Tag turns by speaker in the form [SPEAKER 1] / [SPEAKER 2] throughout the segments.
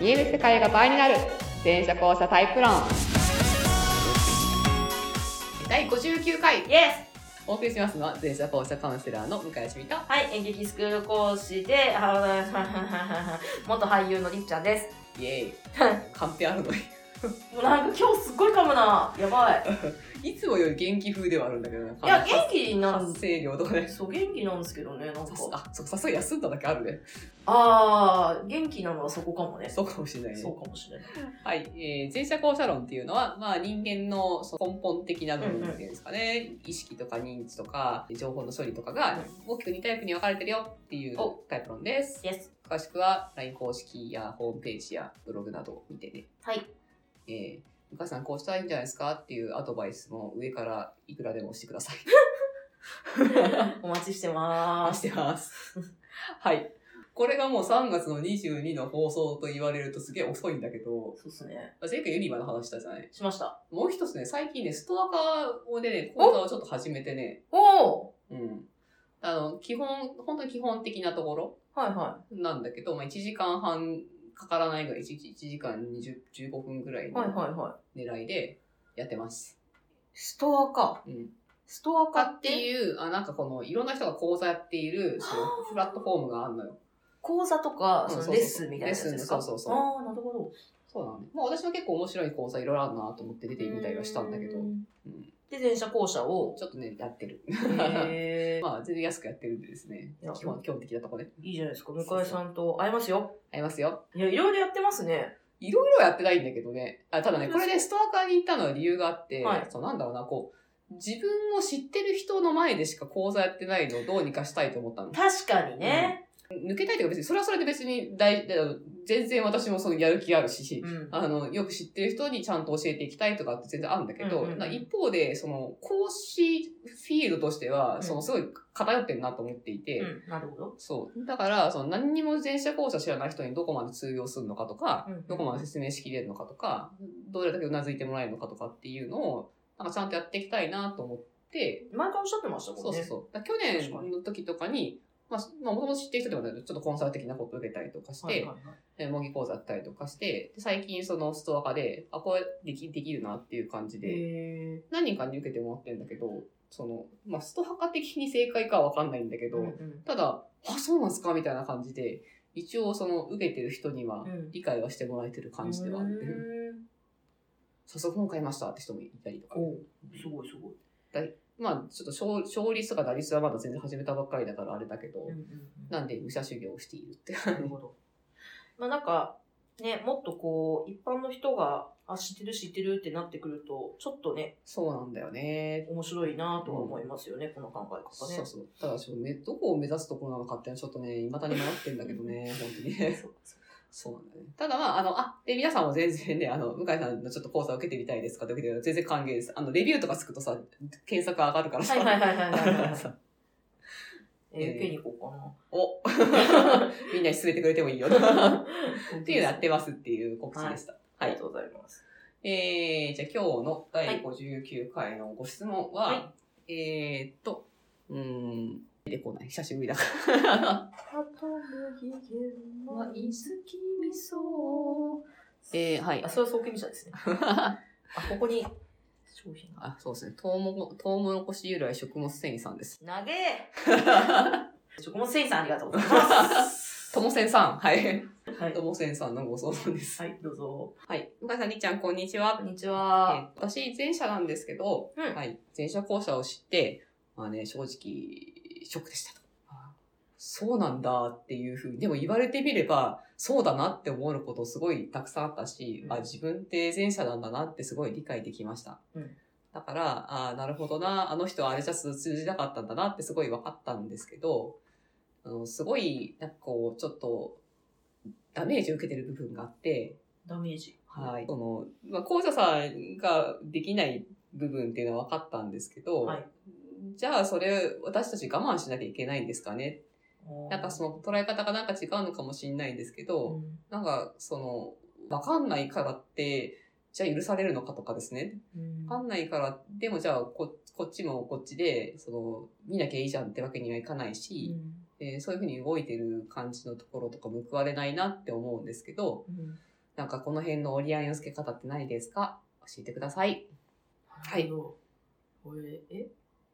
[SPEAKER 1] 見える世界が倍になる全車交差タイプ論第59回
[SPEAKER 2] イエ
[SPEAKER 1] お送りしますのは全車交差カウンセラーの向井しみと
[SPEAKER 2] スはい、演劇スクール講師で、 あの元俳優のりっちゃんです。
[SPEAKER 1] イエーイカンペあるのに
[SPEAKER 2] もうなんか今日すっごい噛むな。やばい。
[SPEAKER 1] いつもより元気風ではあるんだけどない
[SPEAKER 2] や、元気なん
[SPEAKER 1] 発生量とかね
[SPEAKER 2] そう、元気なんですけどね、なんか。
[SPEAKER 1] あ、そう、さすがに休んだだけあるね。
[SPEAKER 2] あー、元気なのはそこかもね。
[SPEAKER 1] そうかもしれないね。
[SPEAKER 2] そうかもしれない。
[SPEAKER 1] はい、えー、前者後者論っていうのは、まあ人間のその根本的な部分っていうんですかね、意識とか認知とか、情報の処理とかが大きく2タイプに分かれてるよっていう
[SPEAKER 2] お
[SPEAKER 1] タイプ論です。
[SPEAKER 2] イエス。
[SPEAKER 1] 詳しくは LINE 公式やホームページやブログなどを見てね、
[SPEAKER 2] はい。
[SPEAKER 1] えー、向井さんこうしたらいいんじゃないですかっていうアドバイスも上からいくらでもしてくだ さい。
[SPEAKER 2] お待ちしてまー
[SPEAKER 1] し
[SPEAKER 2] す。
[SPEAKER 1] てます。はい。これがもう3月の22の放送と言われるとすげえ遅いんだけど、
[SPEAKER 2] そうっすね。
[SPEAKER 1] 前回ユニバの話したじゃない
[SPEAKER 2] しました。
[SPEAKER 1] もう一つね、最近ね、ストアカーをね、講座をちょっと始めてね、
[SPEAKER 2] お
[SPEAKER 1] う
[SPEAKER 2] ー
[SPEAKER 1] ん。あの、基本、本当に基本的なところ
[SPEAKER 2] はいは
[SPEAKER 1] なんだけど、まあ、1時間半かからないぐらい、1, 1時間20 15分ぐらい
[SPEAKER 2] い。はい
[SPEAKER 1] の
[SPEAKER 2] はいはい。
[SPEAKER 1] 狙いでやってます。
[SPEAKER 2] ストアか。
[SPEAKER 1] うん。
[SPEAKER 2] ストア
[SPEAKER 1] か
[SPEAKER 2] か
[SPEAKER 1] っ
[SPEAKER 2] ってて、
[SPEAKER 1] いう、あ、なんかこの、いろんな人が講座やっている、そのプラットフォームがあるのよ。
[SPEAKER 2] 講座とか、
[SPEAKER 1] うん
[SPEAKER 2] そ
[SPEAKER 1] そうそうそう
[SPEAKER 2] のレッスンみたいなやつですか
[SPEAKER 1] レッスンそうそうそう
[SPEAKER 2] あー、なるほど。
[SPEAKER 1] そうなのね。まあ私は結構面白い講座いろいろあるなと思って出てみたりはしたんだけど、
[SPEAKER 2] う
[SPEAKER 1] うん
[SPEAKER 2] んで、電車校舎を、
[SPEAKER 1] ちょっとね、やってる。
[SPEAKER 2] へ ー
[SPEAKER 1] まあ全然安くやってるんでですね
[SPEAKER 2] いや。
[SPEAKER 1] 基本、基本的なとこね。
[SPEAKER 2] いいじゃないですか。向井さんと会えますよ。
[SPEAKER 1] ありますよ。
[SPEAKER 2] いや、いろいろやってますね。
[SPEAKER 1] いろいろやってないんだけどね。あただね、これでストアカーに行ったのは理由があって、
[SPEAKER 2] はい
[SPEAKER 1] そうなんだろうな、こう、自分を知ってる人の前でしか講座やってないのをどうにかしたいと思ったの。
[SPEAKER 2] 確かにね。
[SPEAKER 1] 抜けたいというか別に、それはそれで別に大、あの全然私もそのやる気あるし、
[SPEAKER 2] うん
[SPEAKER 1] あの、よく知ってる人にちゃんと教えていきたいとかって全然あるんだけど、
[SPEAKER 2] うんうんうん
[SPEAKER 1] な一方で、その、講師フィールドとしては、
[SPEAKER 2] うん
[SPEAKER 1] その、すごい偏ってるなと思っていて、
[SPEAKER 2] うん、なるほど。
[SPEAKER 1] そう。だから、その何にも前者後者知らない人にどこまで通用するのかとか、
[SPEAKER 2] うん
[SPEAKER 1] どこまで説明しきれるのかとか、どれだけうなずいてもらえるのかとかっていうのを、なんかちゃんとやっていきたいなと思って、
[SPEAKER 2] 前からおっしゃってました
[SPEAKER 1] そ
[SPEAKER 2] もん
[SPEAKER 1] う
[SPEAKER 2] ね。
[SPEAKER 1] そうそう。だから去年の時とかに、まあ、まあ、もともと知ってる人でもないけど、ちょっとコンサル的なことを受けたりとかして、
[SPEAKER 2] はいはいはい
[SPEAKER 1] えー模擬講座やったりとかして、で最近そのストア化で、あ、これできできるなっていう感じで、
[SPEAKER 2] へ
[SPEAKER 1] 何人かに受けてもらってるんだけど、その、まあ、ストア化的に正解かはわかんないんだけ
[SPEAKER 2] ー
[SPEAKER 1] ど、
[SPEAKER 2] うんうん
[SPEAKER 1] ただ、あ、そうなんすかみたいな感じで、一応その受けてる人には
[SPEAKER 2] うん
[SPEAKER 1] 理解はしてもらえてる感じではあって、
[SPEAKER 2] うーん
[SPEAKER 1] 早速本買いましたって人もいたりとか、
[SPEAKER 2] おうすごいすごい。
[SPEAKER 1] まあちょっと勝勝率とか打率はまだ全然始めたばっかりだからあれだけど、
[SPEAKER 2] うんうんうん
[SPEAKER 1] なんで武者修行をしているって。
[SPEAKER 2] なるほど。まあなんか、ね、もっとこう、一般の人が、あ、知ってる知ってるってなってくると、ちょっとね、
[SPEAKER 1] そうなんだよね。
[SPEAKER 2] 面白いなとは思いますよね、この考え方ね。
[SPEAKER 1] そうそう。ただちょっとめ、どこを目指すところなのかっていうのはちょっとね、未だに迷ってんだけどね、 本当にね。
[SPEAKER 2] そうかそうか
[SPEAKER 1] そうなんだよね。ただまあ、あの、あ、で、皆さんも全然ね、あの、向井さんのちょっと講座を受けてみたいですかって受けてみたら全然歓迎です。あの、レビューとかつくとさ、検索上がるからさ。
[SPEAKER 2] はいはいはいはいはいはい。 え
[SPEAKER 1] えー
[SPEAKER 2] ー、受けに行こうかな。
[SPEAKER 1] お みんなに勧めてくれてもいい よ。っていうのやってますっていう告知でした。
[SPEAKER 2] あ
[SPEAKER 1] はい。
[SPEAKER 2] りがとうございます。
[SPEAKER 1] えー、じゃあ今日の
[SPEAKER 2] は
[SPEAKER 1] 第
[SPEAKER 2] い
[SPEAKER 1] 59回のご質問は、
[SPEAKER 2] は
[SPEAKER 1] えーっと、うーん、出てこない。久しぶりだから。えー、はい
[SPEAKER 2] あ、。それは早期ミシャですね。あ、ここに商品 が。
[SPEAKER 1] あ、そうですね。トウモ、トウモロコシ由来食物繊維さんです。
[SPEAKER 2] 長 え食物繊維さんありがとうござい ます。
[SPEAKER 1] ともせんさん。はい。
[SPEAKER 2] はい
[SPEAKER 1] と、もせんさんのご相談です。
[SPEAKER 2] はい、どうぞ。
[SPEAKER 1] はい。向井さん、りっちゃん、こんにちは
[SPEAKER 2] こ。んにち
[SPEAKER 1] え
[SPEAKER 2] は。
[SPEAKER 1] ー私、前者なんですけど、
[SPEAKER 2] うん
[SPEAKER 1] はい。前者後者を知って、まあね、正直、ショックでしたと。あそうなんだっていうふうに、でも言われてみれば、そうだなって思うことすごいたくさんあったし、
[SPEAKER 2] うん
[SPEAKER 1] あ、自分って前者なんだなってすごい理解できました。
[SPEAKER 2] うん
[SPEAKER 1] だから、あなるほどな、あの人はあれじゃ通じなかったんだなってすごい分かったんですけど、あのすごい、なんかこう、ちょっと、ダメージを受けてる部分があって、
[SPEAKER 2] ダメージ。
[SPEAKER 1] はい。その、まあ、講座さんができない部分っていうのは分かったんですけど、
[SPEAKER 2] はい
[SPEAKER 1] じゃあそれ私たち我慢しなきゃいけないんですかね
[SPEAKER 2] おー
[SPEAKER 1] なんかその捉え方がなんか違うのかもしれないんですけど、
[SPEAKER 2] うん
[SPEAKER 1] なんかその、わかんないからって、じゃあ許されるのかとかですね。
[SPEAKER 2] うん
[SPEAKER 1] わかんないから、でもじゃあここっちもこっちで、その、見なきゃいいじゃんってわけにはいかないし、えーそういうふうに動いてる感じのところとか報われないなって思うんですけど、
[SPEAKER 2] うん
[SPEAKER 1] なんかこの辺の折り合いの付け方ってないですか教えてください。はい。
[SPEAKER 2] これ、え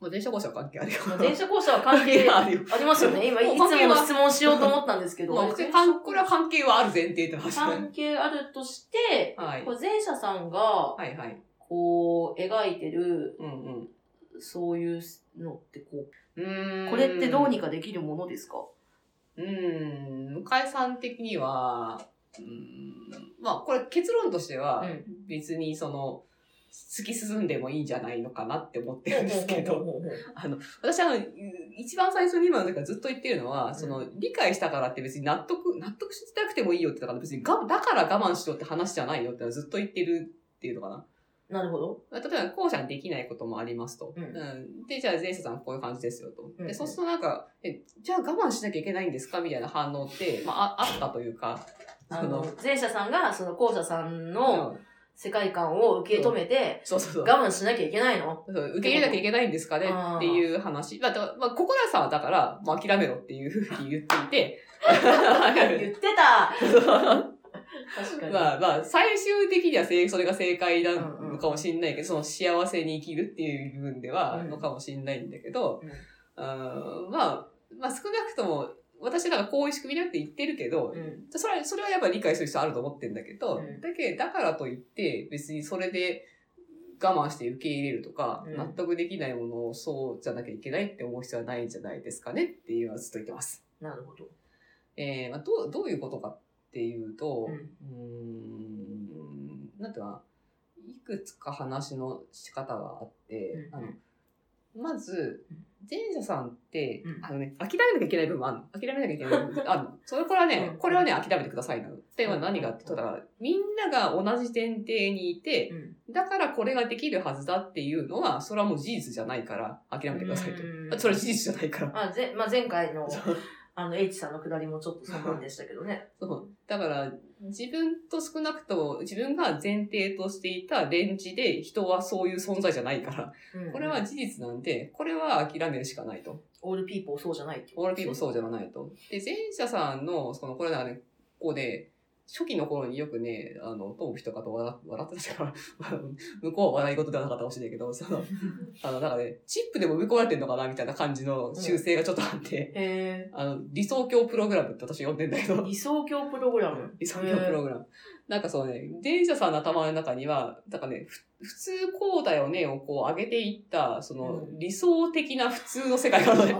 [SPEAKER 1] もう電車号車は関係あるよ。
[SPEAKER 2] まあ電車交差は関係
[SPEAKER 1] あ
[SPEAKER 2] あ
[SPEAKER 1] るよ。
[SPEAKER 2] りますよね。今、い
[SPEAKER 1] もう
[SPEAKER 2] つ
[SPEAKER 1] 関係
[SPEAKER 2] も
[SPEAKER 1] は
[SPEAKER 2] の質問しようと思ったんですけ ど。
[SPEAKER 1] まあ、
[SPEAKER 2] 電車
[SPEAKER 1] 関これは関係はある前提って話だね。
[SPEAKER 2] 関係あるとして、
[SPEAKER 1] はい。
[SPEAKER 2] こう前者さんが、
[SPEAKER 1] はいはい。
[SPEAKER 2] こう、描いてる、
[SPEAKER 1] うんうん。
[SPEAKER 2] そういうのって、こ
[SPEAKER 1] うー
[SPEAKER 2] う、
[SPEAKER 1] ん
[SPEAKER 2] これってどうにかできるものですか
[SPEAKER 1] うーん、向井さん的には、うーん、まあこれ結論としては
[SPEAKER 2] うん
[SPEAKER 1] 別にその、突き進んでもいいんじゃないのかなって思ってるんですけど、あの、私あの、一番最初に今の時からずっと言ってるのは、その、理解したからって別に納得、納得しなくてもいいよってだから別にが、だから我慢しろって話じゃないよってのはずっと言ってるっていうのかな。
[SPEAKER 2] なるほど。
[SPEAKER 1] まあ例えば、後者にできないこともありますと。
[SPEAKER 2] うん
[SPEAKER 1] んで、じゃあ前者さんこういう感じですよと。
[SPEAKER 2] うんう
[SPEAKER 1] で、
[SPEAKER 2] ん
[SPEAKER 1] そうするとなんか、え、じゃあ我慢しなきゃいけないんですかみたいな反応って、まあ、ああったというか、
[SPEAKER 2] あ
[SPEAKER 1] その
[SPEAKER 2] の、前者さんが、その後者さんの
[SPEAKER 1] うん
[SPEAKER 2] 世界観を受け止めて、
[SPEAKER 1] そうそうそう。
[SPEAKER 2] 我慢しなきゃいけないの
[SPEAKER 1] そう受け入れなきゃいけないんですかね
[SPEAKER 2] あー
[SPEAKER 1] っていう話。まあ、だからまあ、ここらさんはだから、まあ、諦めろっていうふうに言ってい て、
[SPEAKER 2] 言ってた確かに。
[SPEAKER 1] まあまあ、最終的にはせいそれが正解なのかもしれないけど、その幸せに生きるっていう部分では
[SPEAKER 2] うん
[SPEAKER 1] のかもしれないんだけど、
[SPEAKER 2] うん
[SPEAKER 1] あーまあ、まあ少なくとも、私なんかこういう仕組みだって言ってるけど
[SPEAKER 2] う、ん。
[SPEAKER 1] それは、それはやっぱり理解する人あると思ってんだけど、
[SPEAKER 2] うん
[SPEAKER 1] だけどだからといって別にそれで我慢して受け入れるとか、
[SPEAKER 2] うん
[SPEAKER 1] 納得できないものをそうじゃなきゃいけないって思う必要はないんじゃないですかねっていうのはずっと言ってます。
[SPEAKER 2] なるほど。
[SPEAKER 1] えーまあ、どう、どういうことかっていうと、
[SPEAKER 2] うん
[SPEAKER 1] うーんなんていうかないくつか話の仕方があって、
[SPEAKER 2] うんうん
[SPEAKER 1] あのまず
[SPEAKER 2] うん
[SPEAKER 1] 前者さんって、
[SPEAKER 2] うん
[SPEAKER 1] あのね、諦めなきゃいけない部分あるの諦めなきゃいけない部分ある のそれこれはね、
[SPEAKER 2] うん
[SPEAKER 1] これはね諦めてくださいなの。では何かって
[SPEAKER 2] う
[SPEAKER 1] た
[SPEAKER 2] ん
[SPEAKER 1] だからみんなが同じ前提にいて
[SPEAKER 2] うん。
[SPEAKER 1] だからこれができるはずだっていうのはそれはもう事実じゃないから諦めてくださいと。
[SPEAKER 2] うん
[SPEAKER 1] それは事実じゃないから。
[SPEAKER 2] あぜまあ、前回の
[SPEAKER 1] そう
[SPEAKER 2] あの H さんの下りもちょっとそんなんでしたけどね。
[SPEAKER 1] そう。だから、自分と少なくとも、自分が前提としていたレンジで人はそういう存在じゃないから、
[SPEAKER 2] うん
[SPEAKER 1] これは事実なんで、これは諦めるしかないと。
[SPEAKER 2] オールピーポーそうじゃないって。
[SPEAKER 1] オールピーもそううじゃないと。で、前者さんの、その、これなんかね、こうね、初期の頃によくね、あの、と人かと笑笑ってたから、 向こうは笑い事ではなかったかもしれないけど、その、あの、なんかね、チップでも向こうやってんのかなみたいな感じの修正がちょっとあって、
[SPEAKER 2] へ
[SPEAKER 1] あの、理想郷プログラムって私呼んでんだけど
[SPEAKER 2] ー。理想郷プログラム。
[SPEAKER 1] 理想郷プログラム。なんかそうね、電車さんの頭の中には、なんかね、ふ普通こうだよねをこう上げていった、その
[SPEAKER 2] う
[SPEAKER 1] 理想的な普通の世界があるのね。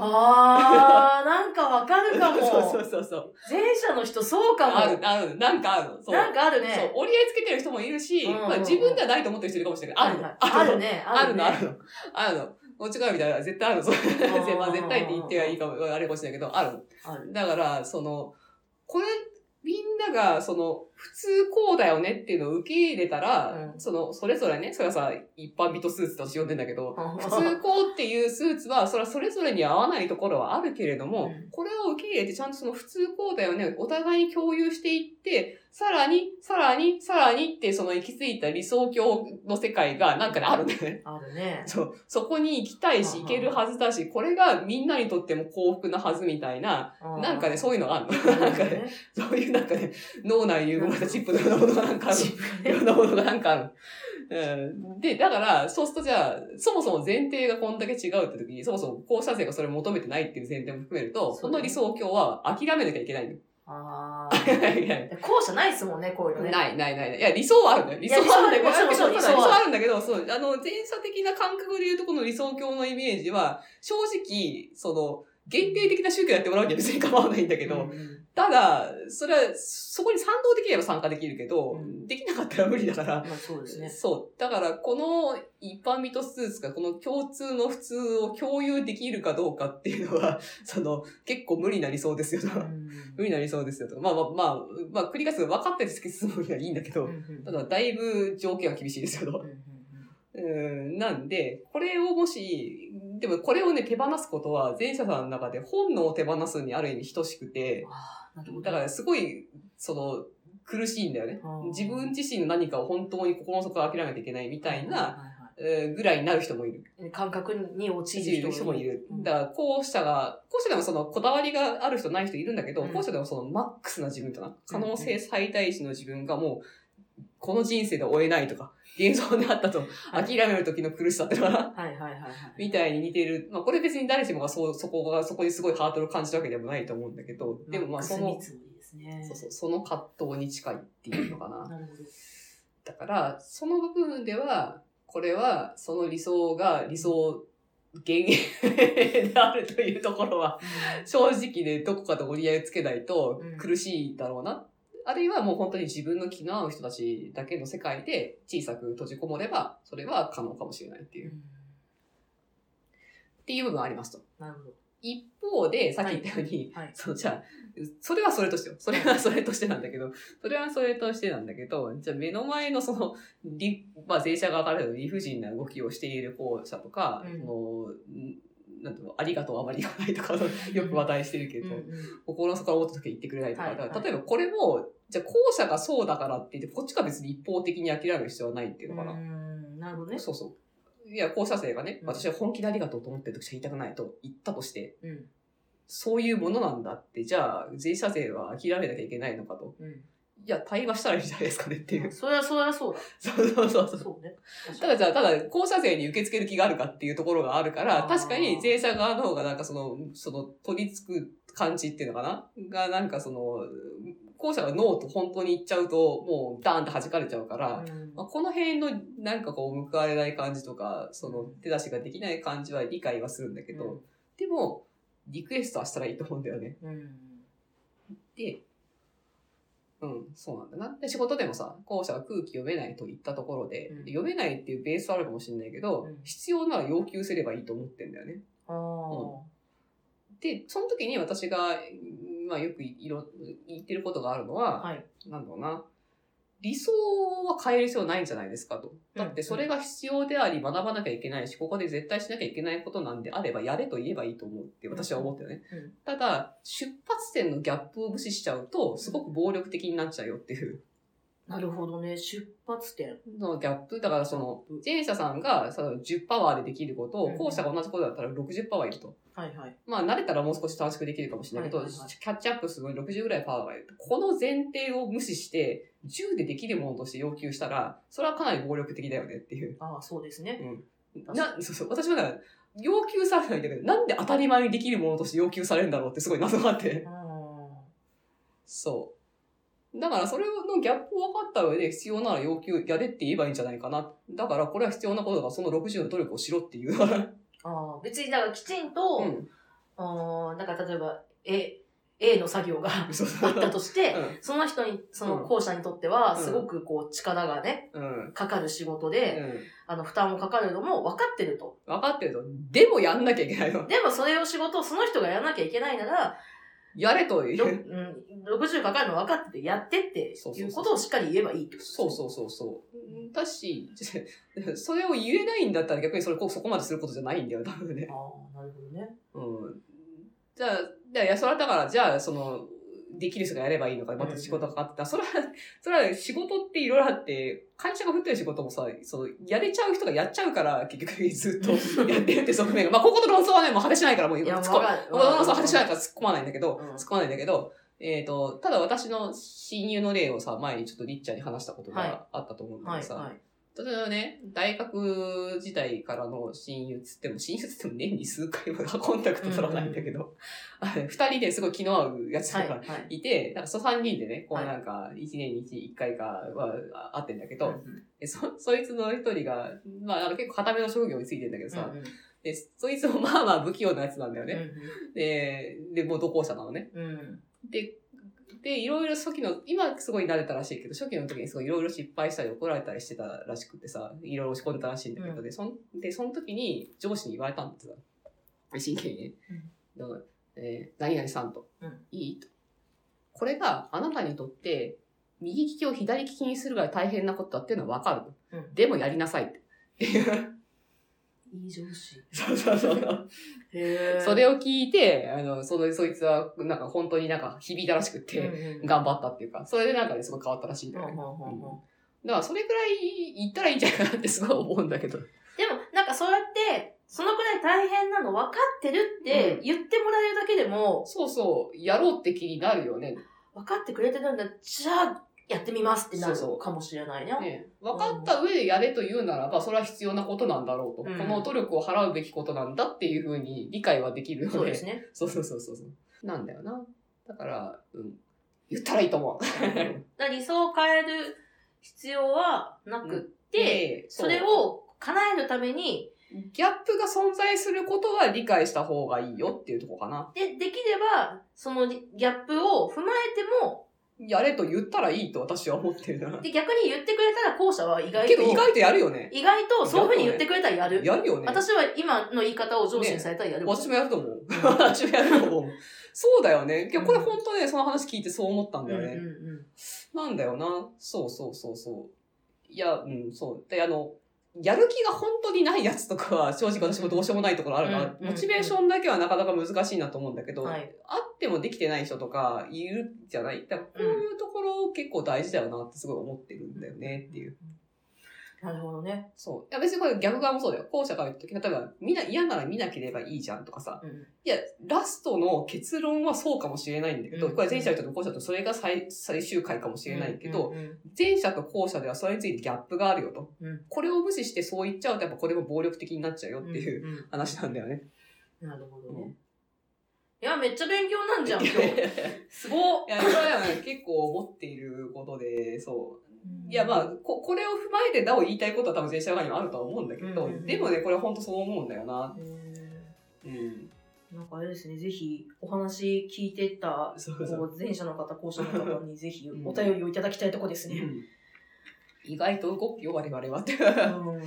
[SPEAKER 2] あー、なんかわかるかも。
[SPEAKER 1] そうそうそうそう。
[SPEAKER 2] 前者の人そうかも。
[SPEAKER 1] ある、ある、なんかある。そう。
[SPEAKER 2] なんかある
[SPEAKER 1] そう
[SPEAKER 2] ね。、
[SPEAKER 1] 折り合いつけてる人もいるし、
[SPEAKER 2] うんうんうん
[SPEAKER 1] まあ自分ではないと思ってる人いるかもしれないけど、あるの
[SPEAKER 2] はいはいあるね。
[SPEAKER 1] あるの、あ
[SPEAKER 2] ね
[SPEAKER 1] るの。あるの。もちろんみたいな、絶対あるぞ。
[SPEAKER 2] ー
[SPEAKER 1] まあ 絶対って言ってはいいかも、あれかもしれないけど、あるの。
[SPEAKER 2] ある。
[SPEAKER 1] だから、その、これ、みんなが、その、普通こうだよねっていうのを受け入れたら、
[SPEAKER 2] うん
[SPEAKER 1] その、それぞれね、それはさ、一般人スーツとして呼んでんだけど、普通
[SPEAKER 2] 普
[SPEAKER 1] こうっていうスーツは、それはそれぞれに合わないところはあるけれども、
[SPEAKER 2] うん
[SPEAKER 1] これを受け入れて、ちゃんとその普通こうだよね、お互いに共有していって、さらに、さらに、さらにって、その行き着いた理想郷の世界がなんかね、あるんだよね。
[SPEAKER 2] あるね。
[SPEAKER 1] そう、そこに行きたいし、行
[SPEAKER 2] うんうん
[SPEAKER 1] けるはずだし、これがみんなにとっても幸福なはずみたいな、なんかね、そうういうのがある
[SPEAKER 2] い
[SPEAKER 1] の。なんかね、そういうなんかね、脳内融合型チップのようなものがなんか ある。いろんなものがなんかある。うん、で、だから、そうするとじゃあ、そもそも前提がこんだけ違うって時に、そもそも後者生がそれを求めてないっていう前提も含めると、
[SPEAKER 2] そ
[SPEAKER 1] そうの
[SPEAKER 2] だね
[SPEAKER 1] 理想郷は諦めなきゃいけないの。
[SPEAKER 2] あ
[SPEAKER 1] い
[SPEAKER 2] ー
[SPEAKER 1] やいやい
[SPEAKER 2] 後者ないっすもんね、こういう
[SPEAKER 1] や
[SPEAKER 2] のね。
[SPEAKER 1] ないないない。いや、理想はあるんだよ。理想はあるんだ
[SPEAKER 2] いや
[SPEAKER 1] け
[SPEAKER 2] 理想
[SPEAKER 1] ど、
[SPEAKER 2] は
[SPEAKER 1] 理
[SPEAKER 2] 理
[SPEAKER 1] 想
[SPEAKER 2] 想は
[SPEAKER 1] はあるんだけど、そう、あの、前者的な感覚で言うとこの理想郷のイメージは、正直、その、限定的な宗教やってもらうには別に構わないんだけど、
[SPEAKER 2] うんうん
[SPEAKER 1] ただ、それは、そこに賛同できれば参加できるけど、
[SPEAKER 2] うん
[SPEAKER 1] できなかったら無理だから、
[SPEAKER 2] まあそうですね。
[SPEAKER 1] そう。だから、この一般ミトスーツがこの共通の普通を共有できるかどうかっていうのは、その、結構無理な理想ですよと。
[SPEAKER 2] うん
[SPEAKER 1] 無理な理想ですよと。まあまあまあ、まあ、繰り返す分かってる突き進むにはいいんだけど、ただ、だいぶ条件は厳しいですよと。 うん、なんで、これをもし、でもこれをね、手放すことは、前者さんの中で本能を手放すにある意味等しくて、だから、すごい、その、苦しいんだよね。自分自身の何かを本当に心の底から諦めていけないみ
[SPEAKER 2] み
[SPEAKER 1] たいな、えーぐらいになる人もいる。
[SPEAKER 2] 感覚に陥
[SPEAKER 1] いる人
[SPEAKER 2] る人
[SPEAKER 1] も
[SPEAKER 2] も
[SPEAKER 1] い
[SPEAKER 2] い
[SPEAKER 1] る
[SPEAKER 2] る。。
[SPEAKER 1] だから、後者が、後者でもその、こだわりがある人ない人いるんだけど、
[SPEAKER 2] うん
[SPEAKER 1] 後者でもその、マックスな自分とな、可能性最大値の自分がもう、この人生で終えないとか、幻想であったと、
[SPEAKER 2] は
[SPEAKER 1] 諦
[SPEAKER 2] い
[SPEAKER 1] める時の苦しさってのは、
[SPEAKER 2] はいはいはいはい。
[SPEAKER 1] みたいに似ている。まあ、これ別に誰しもがそう、そこが、そこにすごいハードルを感じるわけでもないと思うんだけど、でもまあ、そ
[SPEAKER 2] マッ
[SPEAKER 1] の
[SPEAKER 2] ク、ス見積もりですね。
[SPEAKER 1] そうそう、その葛藤に近いっていうのかな。
[SPEAKER 2] なるほど。
[SPEAKER 1] だから、その部分では、これは、その理想が理想、幻影であるというところは、正直ね、どこかと折り合いをつけないと
[SPEAKER 2] うん
[SPEAKER 1] 苦しいだろうな。あるいはもう本当に自分の気の合う人たちだけの世界で小さく閉じこもれば、それは可能かもしれないっていうう、っ
[SPEAKER 2] ん
[SPEAKER 1] ていう部分はありますと。
[SPEAKER 2] なるほど。
[SPEAKER 1] 一方で、さっき言ったように、
[SPEAKER 2] はい。
[SPEAKER 1] そう、じゃあ、それはそれとしてよ。それはそれとしてなんだけど、それはそれとしてなんだけど、じゃあ目の前のその、理まあ、税者側からの理不尽な動きをしている後者とか、
[SPEAKER 2] うん
[SPEAKER 1] そのんなんていうの、ありがとうあまり言わないとか、よく話題してるけど、
[SPEAKER 2] うんうん
[SPEAKER 1] 心の底から思った時は言ってくれないとか、
[SPEAKER 2] はいはい
[SPEAKER 1] だから例えばこれも、じゃあ後者がそうだからって言って、こっちが別に一方的に諦める必要はないっていうのかな。
[SPEAKER 2] うんなるほどね。
[SPEAKER 1] そうそう。いや、後者生がね、
[SPEAKER 2] うん
[SPEAKER 1] 私は本気でありがとうと思ってるとしか言いたくないと言ったとして、
[SPEAKER 2] うん。
[SPEAKER 1] そういうものなんだって、じゃあ、税者税は諦めなきゃいけないのかと。
[SPEAKER 2] うん。
[SPEAKER 1] いや、対話したらいいんじゃないですかねっていう。
[SPEAKER 2] それは、それはそうだ。
[SPEAKER 1] そう そうそうそう。
[SPEAKER 2] そうね。
[SPEAKER 1] ただじゃあ、ただ、校舎税に受け付ける気があるかっていうところがあるから、
[SPEAKER 2] あー
[SPEAKER 1] 確かに税者側の方がなんかその、その、取り付く感じっていうのかなが、なんかその、校舎がノーと本当に言っちゃうと、もうダーンと弾かれちゃうから、
[SPEAKER 2] うん
[SPEAKER 1] まあ、この辺のなんかこう報われない感じとか、その手出しができない感じは理解はするんだけど、でも、リクエストはしたらいいと思うんだよね。
[SPEAKER 2] うん。
[SPEAKER 1] で、うん、そうなんだな。で、仕事でもさ、後者が空気読めないと言ったところで、
[SPEAKER 2] うん
[SPEAKER 1] 読めないっていうベースはあるかもしれないけど、
[SPEAKER 2] うん
[SPEAKER 1] 必要なら要求すればいいと思ってんだよね。
[SPEAKER 2] ああ。
[SPEAKER 1] で、その時に私が、うんまあよくいろ、言ってることがあるのは、
[SPEAKER 2] はい。
[SPEAKER 1] なんだろうな。理想は変える必要ないんじゃないですかと。だってそれが必要であり学ばなきゃいけないし、ここで絶対しなきゃいけないことなんであればやれと言えばいいと思うって私は思ってるね。
[SPEAKER 2] うんうん
[SPEAKER 1] ただ、出発点のギャップを無視しちゃうと、すごく暴力的になっちゃうよっていう
[SPEAKER 2] なるほどね。出発点。
[SPEAKER 1] のギャップ。だからその、前者さんがその10パワーでできることを、
[SPEAKER 2] うん
[SPEAKER 1] 後者が同じことだったら60パワーいると。
[SPEAKER 2] はいはい。
[SPEAKER 1] まあ慣れたらもう少し短縮できるかもしれないけど、
[SPEAKER 2] はいはいはい
[SPEAKER 1] キャッチアップするのに60ぐらいパワーがいる。この前提を無視して、10でできるものとして要求したら、それはかなり暴力的だよねっていう。
[SPEAKER 2] ああ、そうですね。
[SPEAKER 1] な、そうそう。私はだから、要求されないんだけど、なんで当たり前にできるものとして要求されるんだろうってすごい謎があって。
[SPEAKER 2] ああ。
[SPEAKER 1] そう。だからそれのギャップを分かった上で必要なら要求やれって言えばいいんじゃないかな。だからこれは必要なことだからその60の努力をしろっていう。
[SPEAKER 2] ああ、別にだからきちんと、
[SPEAKER 1] う。
[SPEAKER 2] うんん、なんか例えば、A、A の作業があ
[SPEAKER 1] そうそう。
[SPEAKER 2] ったとし
[SPEAKER 1] う
[SPEAKER 2] て、その人に、その
[SPEAKER 1] うん
[SPEAKER 2] 後者にとっては、
[SPEAKER 1] うん
[SPEAKER 2] すごくこう、力がね、
[SPEAKER 1] ん。うん。
[SPEAKER 2] かかる仕事
[SPEAKER 1] う
[SPEAKER 2] で、
[SPEAKER 1] ん
[SPEAKER 2] あの、負担もかかるのも分かってると。
[SPEAKER 1] 分かってると。でもやんなきゃいけないの。
[SPEAKER 2] でも、それを仕事をその人がやらなきゃいけないなら、
[SPEAKER 1] やれと
[SPEAKER 2] ろ
[SPEAKER 1] 言
[SPEAKER 2] う
[SPEAKER 1] う。
[SPEAKER 2] ん、60かかるの分かってて、やってって
[SPEAKER 1] そうそうそ
[SPEAKER 2] いううことをしっかり言えばいいってこと
[SPEAKER 1] そうそうそうそう。だし、 それを言えないんだったら逆にそれこそこまですることじゃないんだよ、多分ね
[SPEAKER 2] う。。ああ、なるほどね。
[SPEAKER 1] うん。じゃあ、じゃあいや、それはだから、じゃあ、その、できる人がやればいいのか、また仕事がかかってた。それは、 それは仕事っていろいろあって、会社が振ってる仕事もさ、その、やれちゃう人がやっちゃうから、結局ずっと やってるって側面が。まあ、ここと論争はね、もう果てしないから、もう突っ込む
[SPEAKER 2] かる
[SPEAKER 1] この論争は果てしないから突っ込まないんだけど、
[SPEAKER 2] うん
[SPEAKER 1] 突っ込まないんだけど、えっ、と、ただ私の親友の例をさ、前にちょっとりっちゃんに話したこと
[SPEAKER 2] はい
[SPEAKER 1] があったと思うんだ
[SPEAKER 2] は
[SPEAKER 1] け
[SPEAKER 2] い、
[SPEAKER 1] どさ、
[SPEAKER 2] はい。
[SPEAKER 1] 例えばね、大学時代からの親友つっても、親友つっても年に数回はコンタクト取らないんだけど、あれ二、人ですごい気の合うやつと
[SPEAKER 2] はい、は
[SPEAKER 1] か
[SPEAKER 2] い。
[SPEAKER 1] いて、なんかそう三人でね、こう
[SPEAKER 2] はい
[SPEAKER 1] なんか一年に一一回かはあ会ってんだけど、
[SPEAKER 2] うん
[SPEAKER 1] でそ、 そいつの一人が、まああの結構固めの職業についてんだけどさ、で、そいつもまあまあ不器用なやつなんだよね。で、で、もう同行者なのね。
[SPEAKER 2] うんうんうん
[SPEAKER 1] で、で、いろいろ初期の、今すごい慣れたらしいけど、初期の時にすごいいろいろ失敗したり怒られたりしてたらしくてさ、いろいろ落ち込んでたらしいんだけど、
[SPEAKER 2] うん
[SPEAKER 1] で、そん、で、その時に上司に言われたんですよ。真剣にね。だからえー何々さんと、
[SPEAKER 2] うん
[SPEAKER 1] いいと。これがあなたにとって、右利きを左利きにするぐらい大変なことだっていうのはわかる。
[SPEAKER 2] うん
[SPEAKER 1] でもやりなさいって。っていう。
[SPEAKER 2] いい上司。
[SPEAKER 1] そうそうそう。
[SPEAKER 2] へ
[SPEAKER 1] それを聞いて、あの、その、そいつは、なんか本当になんか響いたらしくて、頑張ったっていうか、それでなんかね、すごい変わったらしいんだよね。だから、それぐらい言ったらいいんじゃないかなってすごい思うんだけど。
[SPEAKER 2] かそうやって、そのくらい大変なの分かってるって
[SPEAKER 1] うん
[SPEAKER 2] 言ってもらえるだけでも、
[SPEAKER 1] そうそう、やろうって気になるよね。
[SPEAKER 2] 分かってくれてるんだ、じゃあやってみますってなる
[SPEAKER 1] そうそう
[SPEAKER 2] かもしれないね。
[SPEAKER 1] ね、分かった上でやれと言うならば、それは必要なことなんだろうと。
[SPEAKER 2] うん
[SPEAKER 1] この努力を払うべきことなんだっていうふうに理解はできるので。
[SPEAKER 2] そうですね。
[SPEAKER 1] そうそうそうそうそう。なんだよな。だから、うん。言ったらいいと思う。
[SPEAKER 2] だから理想を変える必要はなくって、
[SPEAKER 1] そ
[SPEAKER 2] そうれ、を叶えるために、
[SPEAKER 1] ギャップが存在することは理解した方がいいよっていうとこかな。
[SPEAKER 2] で、できれば、そのギャップを踏まえても、
[SPEAKER 1] やれと言ったらいいと私は思ってるな。
[SPEAKER 2] で、逆に言ってくれたら後者は意外と、
[SPEAKER 1] けど意外とやるよね。
[SPEAKER 2] 意外とそういうふうに言ってくれたらやる。
[SPEAKER 1] やるよね。
[SPEAKER 2] 私は今の言い方を上司にされたらやる。
[SPEAKER 1] 私もやると思う。 私もやると思う。そうだよね。いや、これ本当ね、その話聞いてそう思ったんだよね。
[SPEAKER 2] うんうんうん
[SPEAKER 1] なんだよな。そうそうそうそう。いや、うん、そう。で、あの、やる気が本当にないやつとかは、正直私もどうしようもないところあるから、
[SPEAKER 2] うん
[SPEAKER 1] モチベーションだけはなかなか難しいなと思うんだけど、
[SPEAKER 2] はい
[SPEAKER 1] あってもできてない人とかいるじゃない。だからこういうところ結構大事だよなってすごい思ってるんだよねっていう。
[SPEAKER 2] なるほどね。
[SPEAKER 1] そう。いや別にこれ逆側もそうだよ。後者から言うとき、例えば、みんな嫌なら見なければいいじゃんとかさ、
[SPEAKER 2] うん
[SPEAKER 1] いや、ラストの結論はそうかもしれないんだけど、
[SPEAKER 2] うん
[SPEAKER 1] これ前者と後者とそれが最最終回かもしれないけど、
[SPEAKER 2] うんうん
[SPEAKER 1] 前者と後者ではそれについてギャップがあるよと。
[SPEAKER 2] うん
[SPEAKER 1] これを無視してそう言っちゃうとやっぱこれも暴力的になっちゃうよっ
[SPEAKER 2] うん
[SPEAKER 1] ていう
[SPEAKER 2] うん
[SPEAKER 1] 話なんだよ ね。
[SPEAKER 2] なるほど
[SPEAKER 1] う
[SPEAKER 2] ね。いや、めっちゃ勉強なんじゃん、
[SPEAKER 1] い
[SPEAKER 2] 今
[SPEAKER 1] やい
[SPEAKER 2] 日。
[SPEAKER 1] やい
[SPEAKER 2] すごっ
[SPEAKER 1] や、これはね結構思っていることで、そう。いや、まあ、ここれを踏まえてなお言いたいことは多分前者側にもあるとは思うんだけど、
[SPEAKER 2] うんうんうん
[SPEAKER 1] でもね、これ本当そう思うんだよな。
[SPEAKER 2] うん
[SPEAKER 1] うん。
[SPEAKER 2] なんかあれですね、ぜひお話聞いてった、
[SPEAKER 1] そうそう。
[SPEAKER 2] こう前者の方、後者の方にぜひお便りをいただきたいとこです
[SPEAKER 1] う
[SPEAKER 2] ね。
[SPEAKER 1] ん 意外と動くよ、我々はって。、
[SPEAKER 2] うん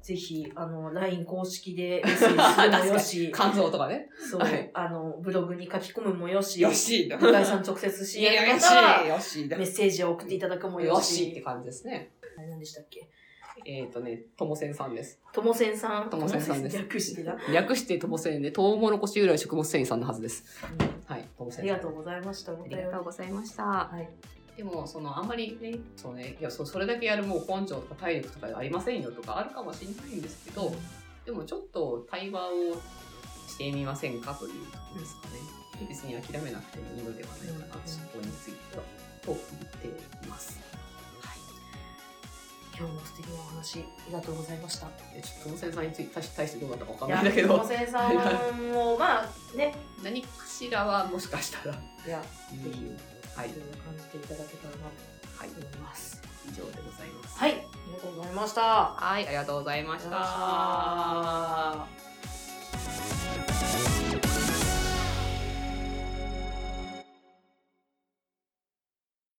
[SPEAKER 2] ぜひ、あの、LINE 公式でメッセージするもよし
[SPEAKER 1] 肝臓とかね。
[SPEAKER 2] そう、
[SPEAKER 1] はい
[SPEAKER 2] あの、ブログに書き込むもよし、
[SPEAKER 1] よし。よ
[SPEAKER 2] 向井さん直接知
[SPEAKER 1] し。
[SPEAKER 2] り合い
[SPEAKER 1] よ
[SPEAKER 2] の
[SPEAKER 1] し
[SPEAKER 2] 方は。
[SPEAKER 1] よし。
[SPEAKER 2] メッセージを送っていただくもよ
[SPEAKER 1] よし
[SPEAKER 2] し。
[SPEAKER 1] って感じですね。
[SPEAKER 2] あれ何でしたっけ
[SPEAKER 1] えっ、とね、ともせんさんです。
[SPEAKER 2] ともせんさん。
[SPEAKER 1] ともせんさんです
[SPEAKER 2] 略して な。うん
[SPEAKER 1] 略してトモセンで、トウモロコシ由来食物繊維さんのはずです。はい、トモ
[SPEAKER 2] あ
[SPEAKER 1] セン
[SPEAKER 2] り
[SPEAKER 1] さん。
[SPEAKER 2] がとうございました。
[SPEAKER 1] あ
[SPEAKER 2] お便
[SPEAKER 1] り
[SPEAKER 2] り
[SPEAKER 1] がとうございました。
[SPEAKER 2] はい。
[SPEAKER 1] でも、その、あんまりね、そうね、いや、そそれだけやるもう根性とか体力とかありませんよとかあるかもしれないんですけど、でもちょっと対話をしてみませんかということですかね。別に諦めなくてもいいのではないかなと、そこについては、と言っています。はい。
[SPEAKER 2] 今日も素敵なお話、ありがとうございました。
[SPEAKER 1] いやちょっとトモセンさんについて、対し対してどうだったかわかん
[SPEAKER 2] いや
[SPEAKER 1] ないんだけ
[SPEAKER 2] とも
[SPEAKER 1] ど、
[SPEAKER 2] せんさんも、まあ、ね、
[SPEAKER 1] 何かしらはもしかしたら、
[SPEAKER 2] いや、
[SPEAKER 1] い
[SPEAKER 2] ぜひ、い
[SPEAKER 1] いはい、
[SPEAKER 2] ろいろ感じていただけたらなと
[SPEAKER 1] はい。
[SPEAKER 2] 思います。
[SPEAKER 1] 以上でございます。
[SPEAKER 2] はい、ありがとうございました。
[SPEAKER 1] はい、ありがとうございまし
[SPEAKER 2] ありがとうござい
[SPEAKER 1] た。